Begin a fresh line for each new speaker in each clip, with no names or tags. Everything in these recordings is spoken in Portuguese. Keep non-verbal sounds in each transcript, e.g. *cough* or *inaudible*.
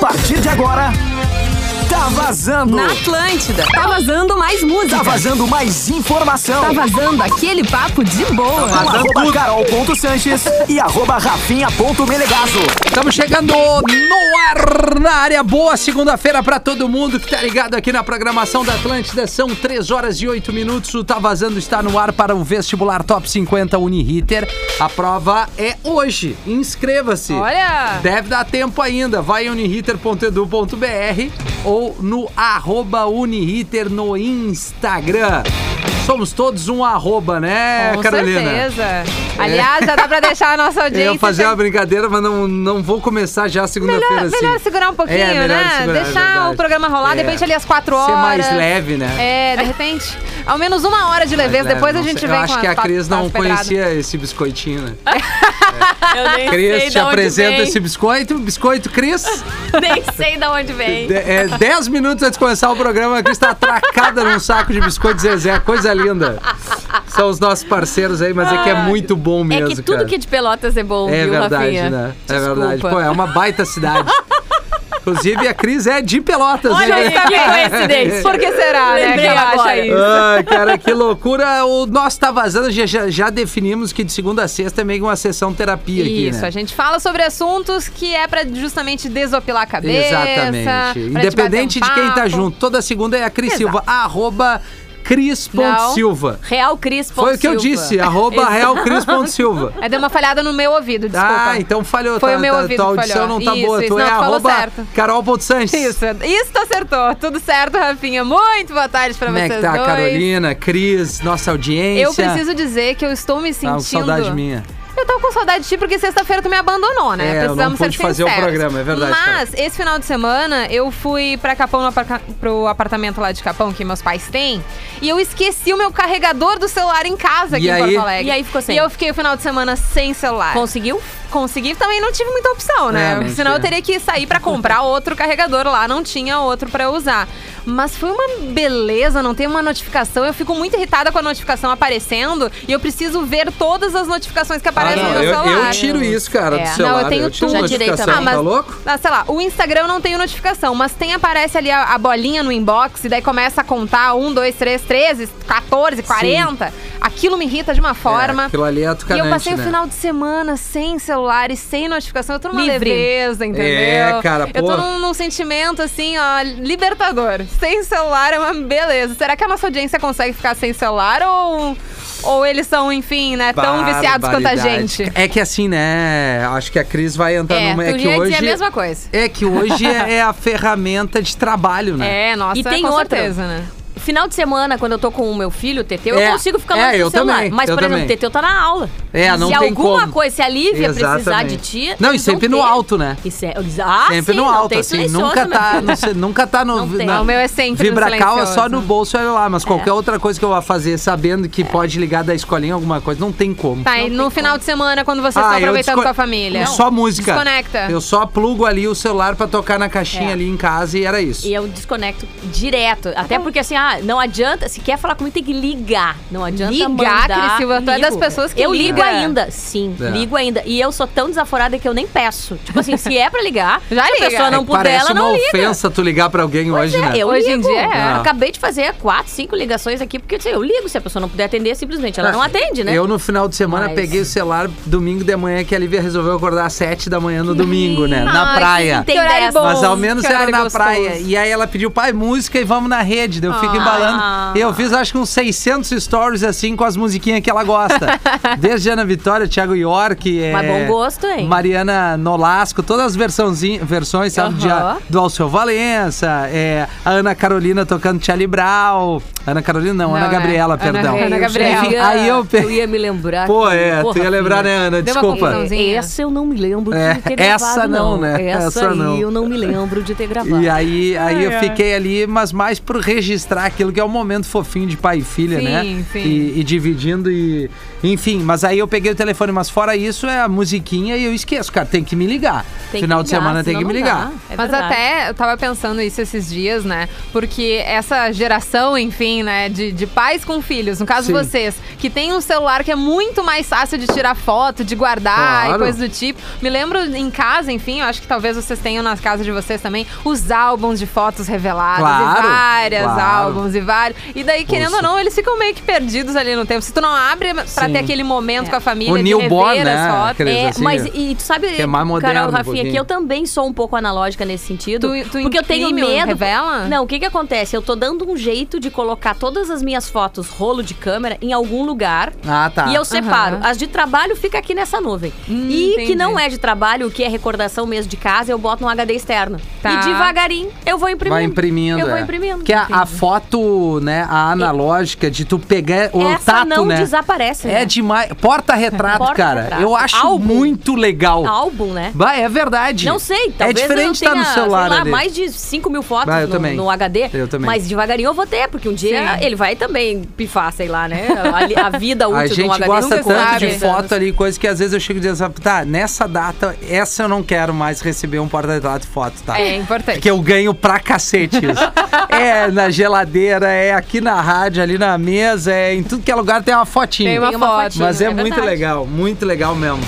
partir de agora, tá vazando!
Na Atlântida. Tá vazando mais música.
Tá vazando mais informação!
Tá vazando aquele papo de boa.
Tá
Com arroba carol.sanches e arroba rafinha.melegazo.
Estamos chegando no ar na área boa, segunda-feira pra todo mundo que tá ligado aqui na programação da Atlântida. São 3 horas e 8 minutos. O Tá Vazando está no ar para o vestibular Top 50 Uniriter. A prova é hoje. Inscreva-se.
Olha!
Deve dar tempo ainda. Vai em uniriter.edu.br ou no arroba Uniriter no Instagram. Somos todos um arroba, né,
É, Com
Carolina? É.
certeza. Aliás, já dá pra deixar a nossa
Eu
audiência.
ia fazer uma brincadeira, mas não, não vou começar já segunda-feira
então Melhor,
assim.
melhor segurar um pouquinho,
É, melhor
né?
segurar, é
Deixar
verdade.
o programa rolar, de
É.
repente ali às quatro horas.
Ser mais leve, né?
É, de repente. Ao menos uma hora de
Mais
leveza,
leve,
depois a
não
gente
sei.
vem com
Eu acho
as
que a
pa-
Cris
as
não
pedradas.
conhecia esse
*laughs*
biscoitinho, né?
Eu nem sei
Cris, te
de onde
apresenta
vem.
esse biscoito. Biscoito, Cris.
*laughs* Nem sei de onde vem.
De, é, dez minutos antes de começar o programa, a Cris tá atracada num saco de biscoito Zezé. Coisa linda. São os nossos parceiros aí, mas é que é muito bom
É
mesmo,
que tudo
cara.
que é de Pelotas é bom,
É
viu,
verdade,
Rafinha?
né? É
Desculpa.
verdade. Pô, é uma baita
*laughs*
cidade. Inclusive, a Cris é de Pelotas. né?
Olha aí,
tá
que coincidência.
é Por que será, né? Que
Lembrei
ela acha
agora.
isso.
Ai, cara, que loucura. O nosso Tá Vazando já, já, já definimos que de segunda a sexta é meio que uma sessão terapia aqui,
Isso,
né?
a gente fala sobre assuntos que é pra justamente desopilar a cabeça. pra
Exatamente.
gente
Independente
bater um
de quem tá
papo.
junto. Toda segunda é a Cris
Exato.
Silva. Arroba
Não.
Cris.silva.
Real Cris.
Foi o que eu disse. Arroba real
*laughs*
Cris.silva.
Aí deu uma falhada no meu ouvido, desculpa.
Ah, então falhou.
Foi
tá-
o meu
tá-
ouvido
Tua
que
audição
falhou.
não tá
Isso,
boa.
isso,
tu é
não, falou
arroba
certo.
Carol.Sanches.
Isso, isso tu acertou. Tudo certo, Rafinha. Muito boa tarde pra
Como é
vocês
que tá,
dois.
Carolina, Cris, nossa audiência?
Eu preciso dizer que eu estou me
Tá
sentindo.
com saudade minha.
Eu tava com saudade de ti porque sexta-feira tu me abandonou, né?
É, eu não
Precisamos
pude
ser
fazer o
sinceros.
programa, é verdade,
Mas esse final de semana eu fui pra Capão, no aparca- pro apartamento lá de Capão que meus pais têm, e eu esqueci o meu carregador do celular em casa aqui
E
em
aí?
Porto Alegre.
E aí ficou sem?
E eu fiquei o final de semana sem celular.
Conseguiu?
Consegui, também não tive muita opção,
É,
né?
não
Senão eu
tinha.
teria que sair pra comprar outro carregador lá, não tinha outro pra eu usar. Mas foi uma beleza não ter uma notificação. Eu fico muito irritada com a notificação aparecendo e eu preciso ver todas as notificações que
Ah,
aparecem
não,
no meu
eu,
celular.
eu tiro isso, cara,
É.
do
Não,
celular.
eu tenho
tiro
tudo.
Já tirei
notificação,
também.
tá
Ah, mas-
louco?
Ah, sei lá, o Instagram eu não tenho notificação, mas tem, aparece ali a, a bolinha no inbox e daí começa a contar 1, 2, 3, 13, 14, 40. Aquilo me irrita de uma forma.
É, aquilo ali é
E
atucanante,
eu passei
né?
o final de semana sem celular e sem notificação. Eu tô numa
Livre.
leveza, entendeu?
É, cara,
Eu
pô.
tô num, num sentimento, assim, ó, libertador. Sem celular é uma beleza. Será que a nossa audiência consegue ficar sem celular ou, ou eles são, enfim, né, tão viciados quanto a
Barbaridade.
gente?
É que assim, né? Acho que a Cris vai entrar
É,
numa. É
tu
que
ia
hoje.
dizer a mesma coisa.
É que
*laughs*
hoje é é a ferramenta de trabalho, né?
É, nossa,
E tem
com
outra.
certeza, né?
Final de semana, quando eu tô com o meu filho, o Teteu,
É.
eu consigo ficar
É,
longe
eu
do celular.
também,
Mas,
eu
por exemplo,
também.
o Teteu tá na aula.
É, não
se
tem
alguma
como.
coisa, se a Lívia precisar
Exatamente.
de ti.
Não,
então
e
eles
sempre
vão
no
ter.
alto, né?
Isso é. Ah,
sempre
sim,
no
não
alto,
tem
assim.
silencioso,
Nunca tá,
meu
não sei, nunca tá no.
Não tem.
na-
né? O meu é sempre no
Vibracal é só
silencioso. É.
no bolso e olha lá, mas qualquer outra coisa que eu vá fazer sabendo que pode ligar da escolinha alguma coisa, não tem como.
Tá, e no final de semana, quando vocês estão
Ah, eu
aproveitando
desco-
com a família.
Só música.
Desconecta.
Eu só plugo ali o celular pra tocar na caixinha
É.
ali em casa e era isso.
E eu desconecto direto.
Então-
Até porque, assim, ah, não adianta. Se quer falar comigo, tem que ligar. Não adianta
Ligar,
mandar.
Cris Silva, tu é das
Ligo.
pessoas que
Eu ligo
liga.
ainda. Sim,
É.
ligo ainda. E eu sou tão desaforada que eu nem peço. Tipo assim, se é
*laughs*
pra ligar,
Já
se
liga.
a pessoa
É
não
que
puder,
parece
ela não
uma
liga.
ofensa tu ligar pra alguém
Pois
hoje,
é,
né?
eu
Hoje em
ligo.
dia é.
Eu acabei de fazer quatro, cinco ligações aqui, porque assim, eu ligo. Se a pessoa não puder atender, simplesmente ela não atende, né?
Ah, Eu, no final de semana,
Mas-
peguei o celular domingo de manhã, que a Lívia resolveu acordar às sete da manhã no domingo, né? Na
Ah,
Ai,
praia.
que horário
é Tem dessa.
bom,
Mas ao menos
que
era
horário
na
gostoso.
praia. E aí ela pediu, pai, música e vamos na rede. Daí eu fico
Ah.
embalando. Eu fiz acho que uns 600 stories assim com as musiquinhas que
*laughs*
ela gosta. Desde Ana Vitória, Thiago York. É...
Mas bom gosto, hein?
Mariana Nolasco, todas as versãozinha- versões, sabe? de a-
Aham.
do Alceu Valença, é, a Ana Carolina tocando Charlie Brown. Ana Carolina não,
Não,
Ana
é.
Gabriela,
Ana
perdão.
Reis. Ana Gabriela.
Enfim, aí eu
eu
peguei.
ia me lembrar.
Pô,
que-
é,
Porra,
tu ia lembrar,
filha.
né, Ana?
Deu uma
Desculpa.
confusãozinha. Zinha.
Essa eu não me lembro de
É,
ter gravado.
essa não, né?
Essa,
Essa
aí
não.
eu não me lembro de ter gravado.
E aí, aí eu fiquei ali, mas mais por registrar aquilo que é o momento fofinho de pai e filha,
Sim,
né?
sim.
E, e dividindo e. Enfim, mas aí eu peguei o telefone, mas fora isso é a musiquinha e eu esqueço, cara, tem que me ligar.
Tem que
Final de
ligar,
semana tem que
senão
me
não
ligar.
dá. É
Mas
verdade.
até eu tava pensando isso esses dias, né? Porque essa geração, enfim, né, de, de pais com filhos, no caso
Sim.
vocês, que tem um celular que é muito mais fácil de tirar foto, de guardar
Claro.
e coisas do tipo. Me lembro em casa, enfim, eu acho que talvez vocês tenham na casa de vocês também, os álbuns de fotos reveladas.
Claro,
e várias
claro.
álbuns e vários. E daí, querendo ou não, eles ficam meio que perdidos ali no tempo. Se tu não abre é pra
Sim.
ter aquele momento
É.
com a família,
O
de
newborn,
rever
né,
as fotos.
Cris,
É,
assim,
mas e tu sabe,
que é mais moderno
Carol,
um
Rafinha,
pouquinho.
que eu também sou um pouco analógica nesse sentido.
Tu- tu
porque eu tenho
imprime ou
medo.
revela?
Não, o que que acontece? Eu tô dando um jeito de colocar todas as minhas fotos, rolo de câmera, em algum lugar.
Ah, tá.
E eu separo.
Aham.
As de trabalho fica aqui nessa nuvem.
Hum,
e
entendi.
que não é de trabalho, que é recordação mesmo de casa, eu boto num HD externo.
Tá.
E devagarinho eu vou imprimindo.
Vai imprimindo.
Eu vou
é.
imprimindo.
Que a, a
Entendi.
foto, né, a analógica de tu pegar o
Essa
tato,
não
né?
desaparece.
É
né?
demais. Porta-retrato,
Porta-retrato.
cara. Eu acho
Álbum.
muito legal.
Álbum, né?
Bah, é verdade.
Não sei, talvez
É diferente
eu
tá
tenha,
no celular
sei lá,
ali.
mais de 5 mil fotos
Ah, eu
no,
também.
no HD.
Eu também.
Mas devagarinho eu vou ter, porque um dia
Sim.
ele vai também pifar, sei lá, né? A, a vida útil
*laughs* A
de um
gente
HD.
gosta
nunca
tanto
sabe. né?
de foto ali, coisa que às vezes eu chego e digo assim, tá, nessa data, essa eu não quero mais receber um porta-retrato e foto, tá?
É importante.
Porque eu ganho pra cacete isso. é na geladeira, é aqui na rádio, ali na mesa, é em tudo que é lugar tem uma fotinha.
Tem uma,
Tem uma
foto.
fotinha.
Mas é,
é
muito
verdade.
legal, muito legal mesmo.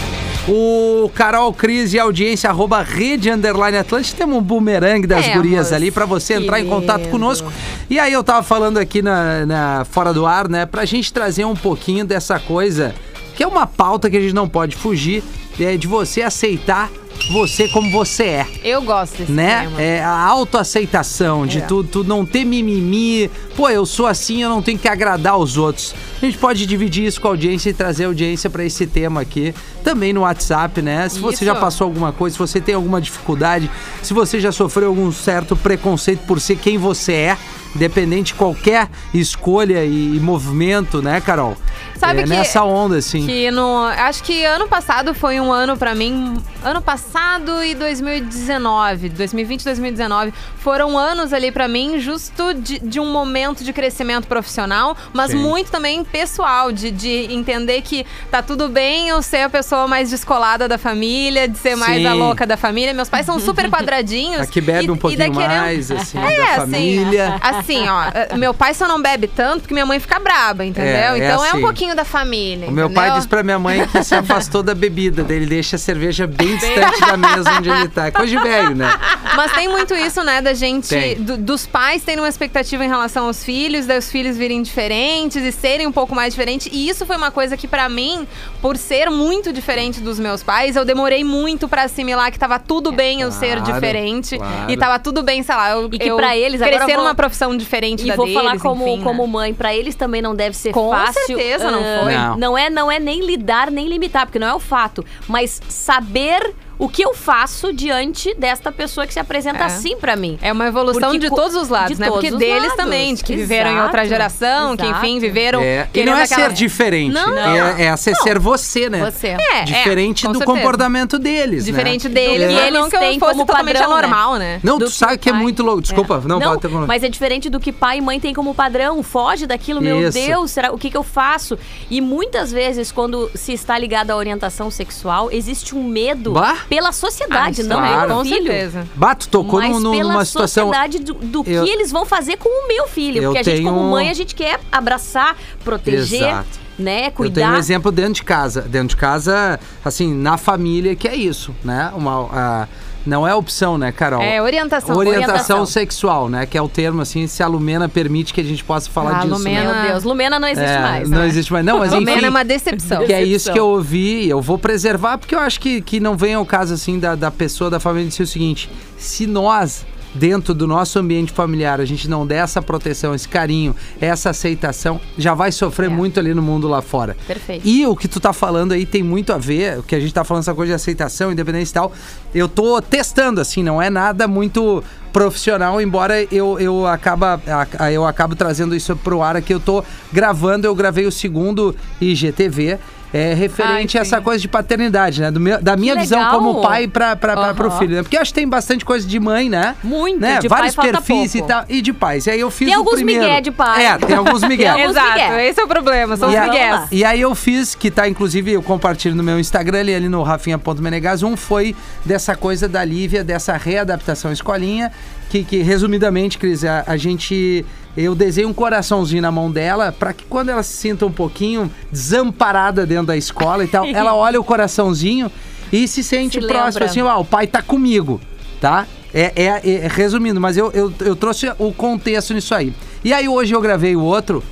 O Carol Cris e audiência, arroba rede underline Atlântica, temos um bumerangue das
Temos.
gurias ali pra você entrar em contato
É, lindo.
conosco. E aí eu tava falando aqui na, na Fora do Ar, né, pra gente trazer um pouquinho dessa coisa, que é uma pauta que a gente não pode fugir, é de você aceitar você como você é
Eu gosto desse
né?
tema.
É a autoaceitação
É.
de tu, tu não ter mimimi. Pô, eu sou assim, eu não tenho que agradar os outros. A gente pode dividir isso com a audiência e trazer a audiência pra esse tema aqui. Também no WhatsApp, né? Se você
Isso.
já passou alguma coisa, se você tem alguma dificuldade, se você já sofreu algum certo preconceito por ser quem você é, independente de qualquer escolha e, e movimento, né, Carol?
Sabe
é
que-
nessa onda, assim.
Que no, acho que ano passado foi um ano pra mim. Ano passado e 2019, 2020 e 2019 foram anos ali pra mim justo de, de um momento de crescimento profissional, mas
Sim.
muito também pessoal, de, de entender que tá tudo bem eu ser a pessoa mais descolada da família, de ser mais
Sim.
a louca da família. Meus pais são super
*laughs*
quadradinhos.
A que bebe
e-
um
e
pouquinho
daí querendo- *laughs*
mais, assim,
É,
da
assim,
família.
*laughs* Assim, ó, eh, meu pai só não bebe tanto porque minha mãe fica braba, entendeu?
É, é
então é
assim.
um pouquinho da família.
O meu pai
entendeu?
disse pra minha mãe
*laughs*
que se afastou da bebida, daí ele deixa a cerveja bem distante da mesa onde ele tá. É Coisa de velho, né?
Mas tem muito isso, né, da gente.
Tem.
do- dos pais terem uma expectativa em relação aos filhos, daí os filhos virem diferentes e serem um pouco mais diferentes. E isso foi uma coisa que, pra mim, por ser muito diferente dos meus pais, eu demorei muito pra assimilar que tava
É,
tudo bem eu ser
claro,
diferente.
claro.
E tava tudo bem, sei lá, eu,
E que
eu
pra eles, agora
crescer
eu vou-
numa profissão diferente
E
da
vou
deles,
falar como,
enfim, né?
como mãe, pra eles também não deve ser
Com
fácil.
certeza não
ah,
foi.
Não.
Não é, não é nem lidar, nem limitar, porque não é o fato. Mas saber o que eu faço diante desta pessoa que se apresenta
É.
assim pra mim.
É uma evolução
Porque
de
co-
todos os lados,
de
né? Porque
todos os
deles
lados.
também, de que viveram em
Exato,
outra geração, que
exato.
enfim, viveram
É. E
querendo
não é
aquela...
ser diferente.
Não,
É, é ser, ser você, né?
Você. É, é,
Diferente
com
do
certeza.
comportamento deles. né?
Diferente deles,
que
mas
eles
não que eu
têm
fosse
como
totalmente
padrão,
anormal, né?
Não,
do
tu
que
sabe
o
que é
pai-
muito louco. Desculpa, não, pode ter problema.
mas é diferente do que pai e mãe têm como padrão. Foge daquilo, meu
Isso.
Deus, será o que, que eu faço? E muitas vezes, quando se está ligado à orientação sexual, existe um medo
Bah.
pela sociedade,
Ah,
não
claro.
pelo
Com
filho.
certeza.
Bato, tocou
mas
num- num-
pela
numa situação.
sociedade do, do
Eu-
que eles vão fazer com o meu filho.
Eu
Porque a gente, como
tenho-
mãe, a gente quer abraçar, proteger,
Exato.
né?
Eu tenho
Cuidar.
um exemplo dentro de casa. Dentro de casa, assim, na família, que é isso, né? Uma, a- não é opção, né, Carol?
É, orientação.
orientação,
orientação.
sexual, né? Que é o termo, assim, se a Lumena permite que a gente possa falar
Ah,
disso.
Lumena
né?
Meu Deus, Lumena não existe
É,
mais.
Não
né?
existe mais. Não, mas enfim.
*laughs* Lumena é uma decepção.
Que é isso que eu ouvi, eu vou preservar, porque eu acho que, que não vem ao caso assim da, da pessoa, da família, dizer o seguinte: se nós, dentro do nosso ambiente familiar, a gente não der essa proteção, esse carinho, essa aceitação, já vai sofrer muito ali no mundo lá fora.
Perfeito.
E o que tu tá falando aí tem muito a ver, o que a gente tá falando essa coisa de aceitação, independência e tal. Eu tô testando, assim, não é nada muito profissional, embora eu, eu, acaba, a- a- eu acabo trazendo isso pro ar aqui. Eu tô gravando, eu gravei o segundo IGTV. é, referente
Ai,
a essa
sim.
coisa de paternidade, né? Do meu- da minha
Que
visão
legal.
como pai para para o
Aham.
filho, né? Porque eu acho que tem bastante coisa de mãe, né?
Muito,
né?
de pai
Vários
falta
perfis
pouco.
e tal e de pais. E aí eu fiz
Tem
o
alguns
primeiro.
migué de pai.
É, tem alguns migué.
Tem alguns
Exato,
migué.
esse é o problema, são
E,
os
Vamos
a-
migués.
lá.
e aí eu fiz, que tá inclusive eu compartilho no meu Instagram e ali no rafinha.menegas, um foi dessa coisa da Lívia, dessa readaptação à escolinha, que, que, resumidamente, Cris, a, a gente... Eu desenho um coraçãozinho na mão dela para que quando ela se sinta um pouquinho desamparada dentro da escola
*laughs*
e tal, ela olha o coraçãozinho e se sente
Se
próxima,
lembra.
assim, ó, o pai tá comigo, tá? É, é- é- resumindo, mas eu, eu, eu trouxe o contexto nisso aí. E aí hoje eu gravei o outro,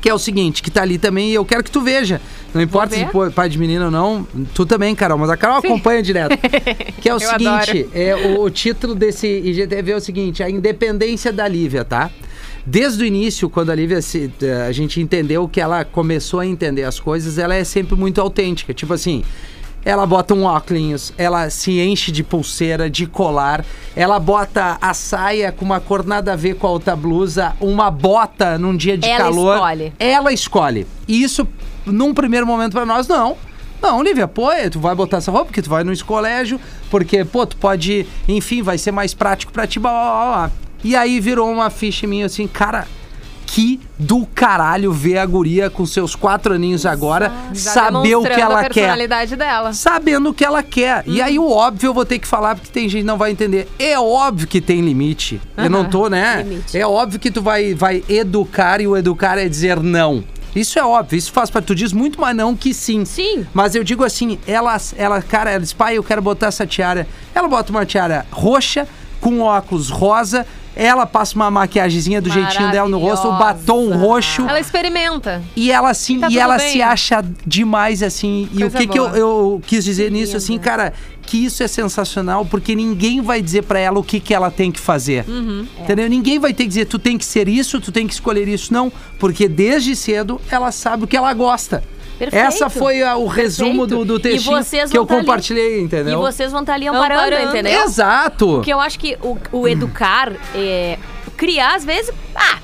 que é o seguinte, que tá ali também e eu quero que tu veja. Não importa se
ver.
pô- é pai de menina ou não, tu também, Carol, mas a Carol acompanha direto.
*laughs*
*laughs* Que é o
Eu
seguinte, é o, o título desse IGTV é o seguinte, a independência da Lívia, tá? Desde o início, quando a Lívia se, eh, a gente entendeu que ela começou a entender as coisas, ela é sempre muito autêntica. Tipo assim, ela bota um óculos, ela se enche de pulseira, de colar, ela bota a saia com uma cor nada a ver com a outra blusa, uma bota num dia de
Ela
calor.
escolhe.
Ela escolhe. E isso, num primeiro momento, pra nós, não. Não, Lívia, pô, é, tu vai botar essa roupa porque tu vai no colégio, porque, pô, tu pode, enfim, vai ser mais prático pra ti, blá, blá, blá, blá. E aí virou uma ficha em mim assim, cara, que do caralho ver a guria com seus quatro aninhos agora,
Já
saber o que
demonstrando
ela
a
quer
personalidade dela.
sabendo o que ela quer.
Uhum.
E aí o óbvio eu vou ter que falar porque tem gente que não vai entender. É óbvio que tem limite. Eu não tô, né?
Limite.
É óbvio que tu vai, vai educar e o educar é dizer não. Isso é óbvio, isso faz parte. Tu diz muito mais não que sim.
Sim.
Mas eu digo assim, ela, ela cara, ela diz, pai, eu quero botar essa tiara. Ela bota uma tiara roxa, com óculos rosa, ela passa uma maquiagemzinha do jeitinho dela no rosto, o batom
Maravilhosa.
roxo.
Ela experimenta.
E ela assim,
Tá
e
tudo
ela
bem.
se acha demais assim. E o
Coisa
que, que eu,
boa.
eu quis dizer nisso assim, cara, que isso é sensacional porque ninguém vai dizer pra ela o que que ela tem que fazer.
Uhum. É.
Entendeu? Ninguém vai ter que dizer tu tem que ser isso, tu tem que escolher isso não, porque desde cedo ela sabe o que ela gosta.
Perfeito.
Essa foi a- o resumo do, do
Perfeito. E
textinho
vocês
que eu
vão tá ali.
compartilhei,
E
entendeu?
vocês vão estar ali amparando,
Amparando.
entendeu?
Exato.
Porque eu acho que o, o educar, é, criar às vezes, ah,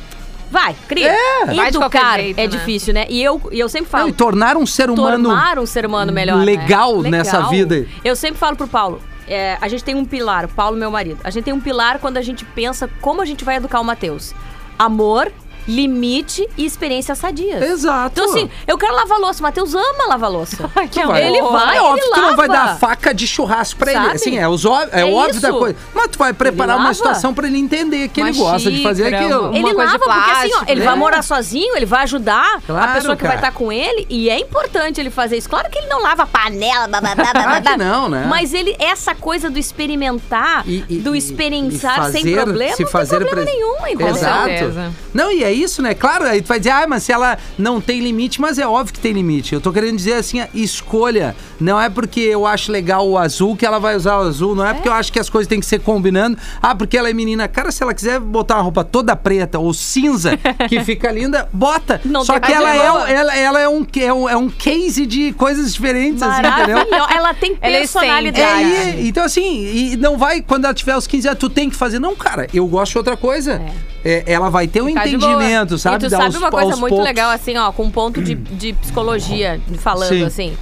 vai, cria.
É.
Vai de qualquer
Educar
jeito,
é
né?
difícil, né? E eu, e eu sempre falo,
Não, e tornar um ser humano
tornar um ser humano melhor. né?
legal nessa vida.
Eu sempre falo pro Paulo. é, a gente tem um pilar, o Paulo, meu marido. A gente tem um pilar quando a gente pensa como a gente vai educar o Matheus: amor, limite e experiência sadia.
Exato.
Então, assim, eu quero lavar louça. O Matheus ama lavar louça.
Ai, que
Tu
amor.
Ele vai,
É óbvio
ele
que tu não vai
lava.
dar faca de churrasco pra ele.
Sabe?
Assim, é, os ó- é
É
o óbvio
isso.
da coisa. Mas tu vai preparar uma
lava.
situação pra ele entender que
Uma
ele gosta de fazer
xícara,
aquilo.
uma-
Ele
coisa
lava
de
porque assim, ó,
plástico,
ele
né?
vai morar sozinho, ele vai ajudar
Claro,
a pessoa que
cara.
vai estar com ele e é importante ele fazer isso. Claro que ele não lava panela, babá, babá,
Claro que
babá.
não, né?
Ah, tá. Mas ele essa coisa do experimentar,
E- e-
do
e-
experienciar
e fazer-
sem problema,
se fazer
não tem problema
pres-
nenhum, é entendeu?
Exato.
certeza.
Não, e é isso, né? Claro, aí tu vai dizer, ah, mas se ela não tem limite, mas é óbvio que tem limite. Eu tô querendo dizer assim, a escolha. Não é porque eu acho legal o azul que ela vai usar o azul, não é, porque eu acho que as coisas têm que ser combinando. Ah, porque ela é menina. Cara, se ela quiser botar uma roupa toda preta ou cinza,
*laughs*
que fica linda, bota.
Não
Só
tem
que ela é,
problema.
ela, ela é, um, é, um, é um case de coisas diferentes, assim, entendeu?
Maravilhosa. Ela tem
Ela é
personalidade.
É, e- então assim, e não vai, quando ela tiver os 15 anos, tu tem que fazer. Não, cara, eu gosto de outra coisa. É, ela vai ter um
Ficar de boa.
entendimento,
Tá E
sabe?
tu
Dá
sabe
aos-
uma coisa
aos
muito
poucos.
legal, assim, ó, com um ponto de, de psicologia falando,
Sim.
assim.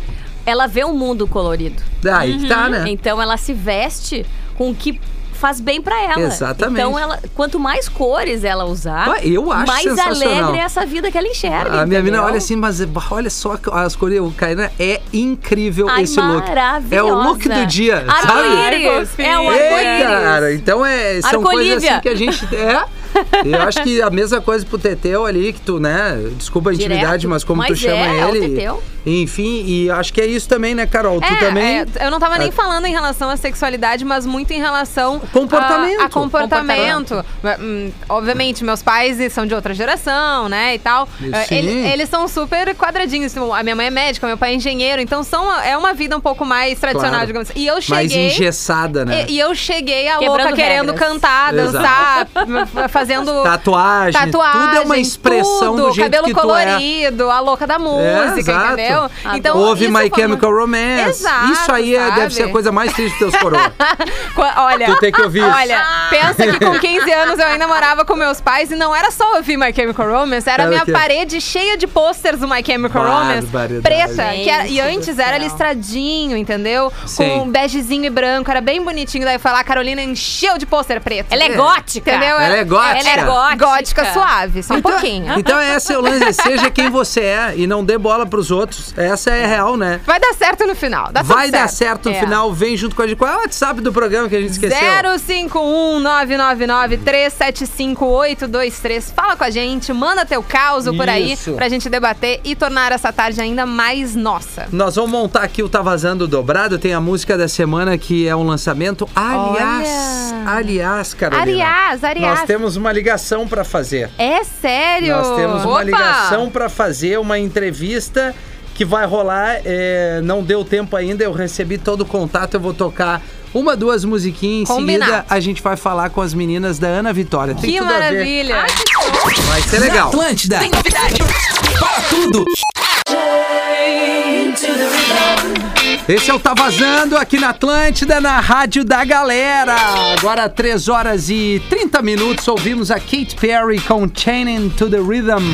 Ela vê um mundo colorido.
Daí que tá, né?
Então ela se veste com o que faz bem pra ela.
Exatamente.
Então ela, quanto mais cores ela usar,
Ah, eu acho
Então, mais
sensacional.
alegre é essa vida que ela enxerga.
A minha
entendeu?
mina olha assim, mas olha só as cores, o Kainan é incrível
Ai,
esse look.
maravilhosa.
É o look do dia, sabe?
Arco-íris.
um
É o
É,
arco-íris.
cara, então é, são coisas assim
Arcolívia.
que a gente
*laughs*
é. Eu acho que a mesma coisa pro Teteu ali, que tu, né? Desculpa a
Direto,
intimidade, mas como tu
mas
chama
é, é o
ele.
Teteu.
Enfim, e acho que é isso também, né, Carol? tu
É,
também.
é, eu não tava nem
Ah.
falando em relação à sexualidade, mas muito em relação
Comportamento.
a, a comportamento. Hum, Obviamente, meus pais são de outra geração, né, e tal. Eh,
Sim.
ele- eles são super quadradinhos. A minha mãe é médica, meu pai é engenheiro, então são, é uma vida um pouco mais tradicional,
Claro.
digamos. assim. E eu
mais
cheguei...
engessada, né?
E, e eu cheguei a
Quebrando
louca querendo
regras.
cantar, dançar, f- fazer fazendo
Tatuagem,
tatuagem.
tudo é uma expressão
tudo,
do jeito
cabelo
que tu é.
colorido, a louca da música,
exato.
entendeu? Então,
é. Houve
isso
My
foi uma-
Chemical Romance.
Exato,
Isso aí é- deve
sabe? Um
ser a coisa mais
*laughs*
triste dos teus coroas.
Qua- Olha,
Tu tem que ouvir isso.
olha,
Ah.
pensa que com 15 anos eu ainda morava com meus pais e não era só ouvir My Chemical Romance, era a
Era o
minha
quê?
parede cheia de posters do My Chemical Romance,
Barbaridade.
preta, que era- e
Gente do
antes era
céu.
listradinho, entendeu?
Sim.
Com um begezinho e branco, era bem bonitinho, daí foi lá, a Carolina encheu de pôster preto.
Ela é gótica.
Entendeu?
Ela é gótica.
Ela é gótica,
Gótica.
suave, só um pouquinho.
Então essa é o lance, seja quem você é e não dê bola pros outros. Essa é real, né?
Vai dar certo no final, dá Tá tudo
Vai dar certo no
É.
final, vem junto com a gente. Qual é o WhatsApp do programa que a gente esqueceu?
um 051-999-375823. Fala com a gente, manda teu caos por aí
Isso.
pra gente debater e tornar essa tarde ainda mais nossa.
Nós vamos montar aqui o Tá Vazando Dobrado. Tem a música da semana que é um lançamento. Aliás,
Olha.
aliás, Carolina.
Ariás, Ariás.
Nós temos uma ligação pra fazer.
É sério?
Nós temos uma
Opa!
ligação pra fazer, uma entrevista que vai rolar. é, não deu tempo ainda, eu recebi todo o contato, eu vou tocar uma, duas musiquinhas. Em seguida,
Combinado.
a gente vai falar com as meninas da Ana Vitória. Tem
Que
tudo a ver.
maravilha.
Vai ser legal.
Atlântida. Tem novidade. Para tudo.
Esse é o Tá Vazando aqui na Atlântida, na Rádio da Galera. Agora 3 horas e 30 minutos, ouvimos a Kate Perry com Chaining to the Rhythm.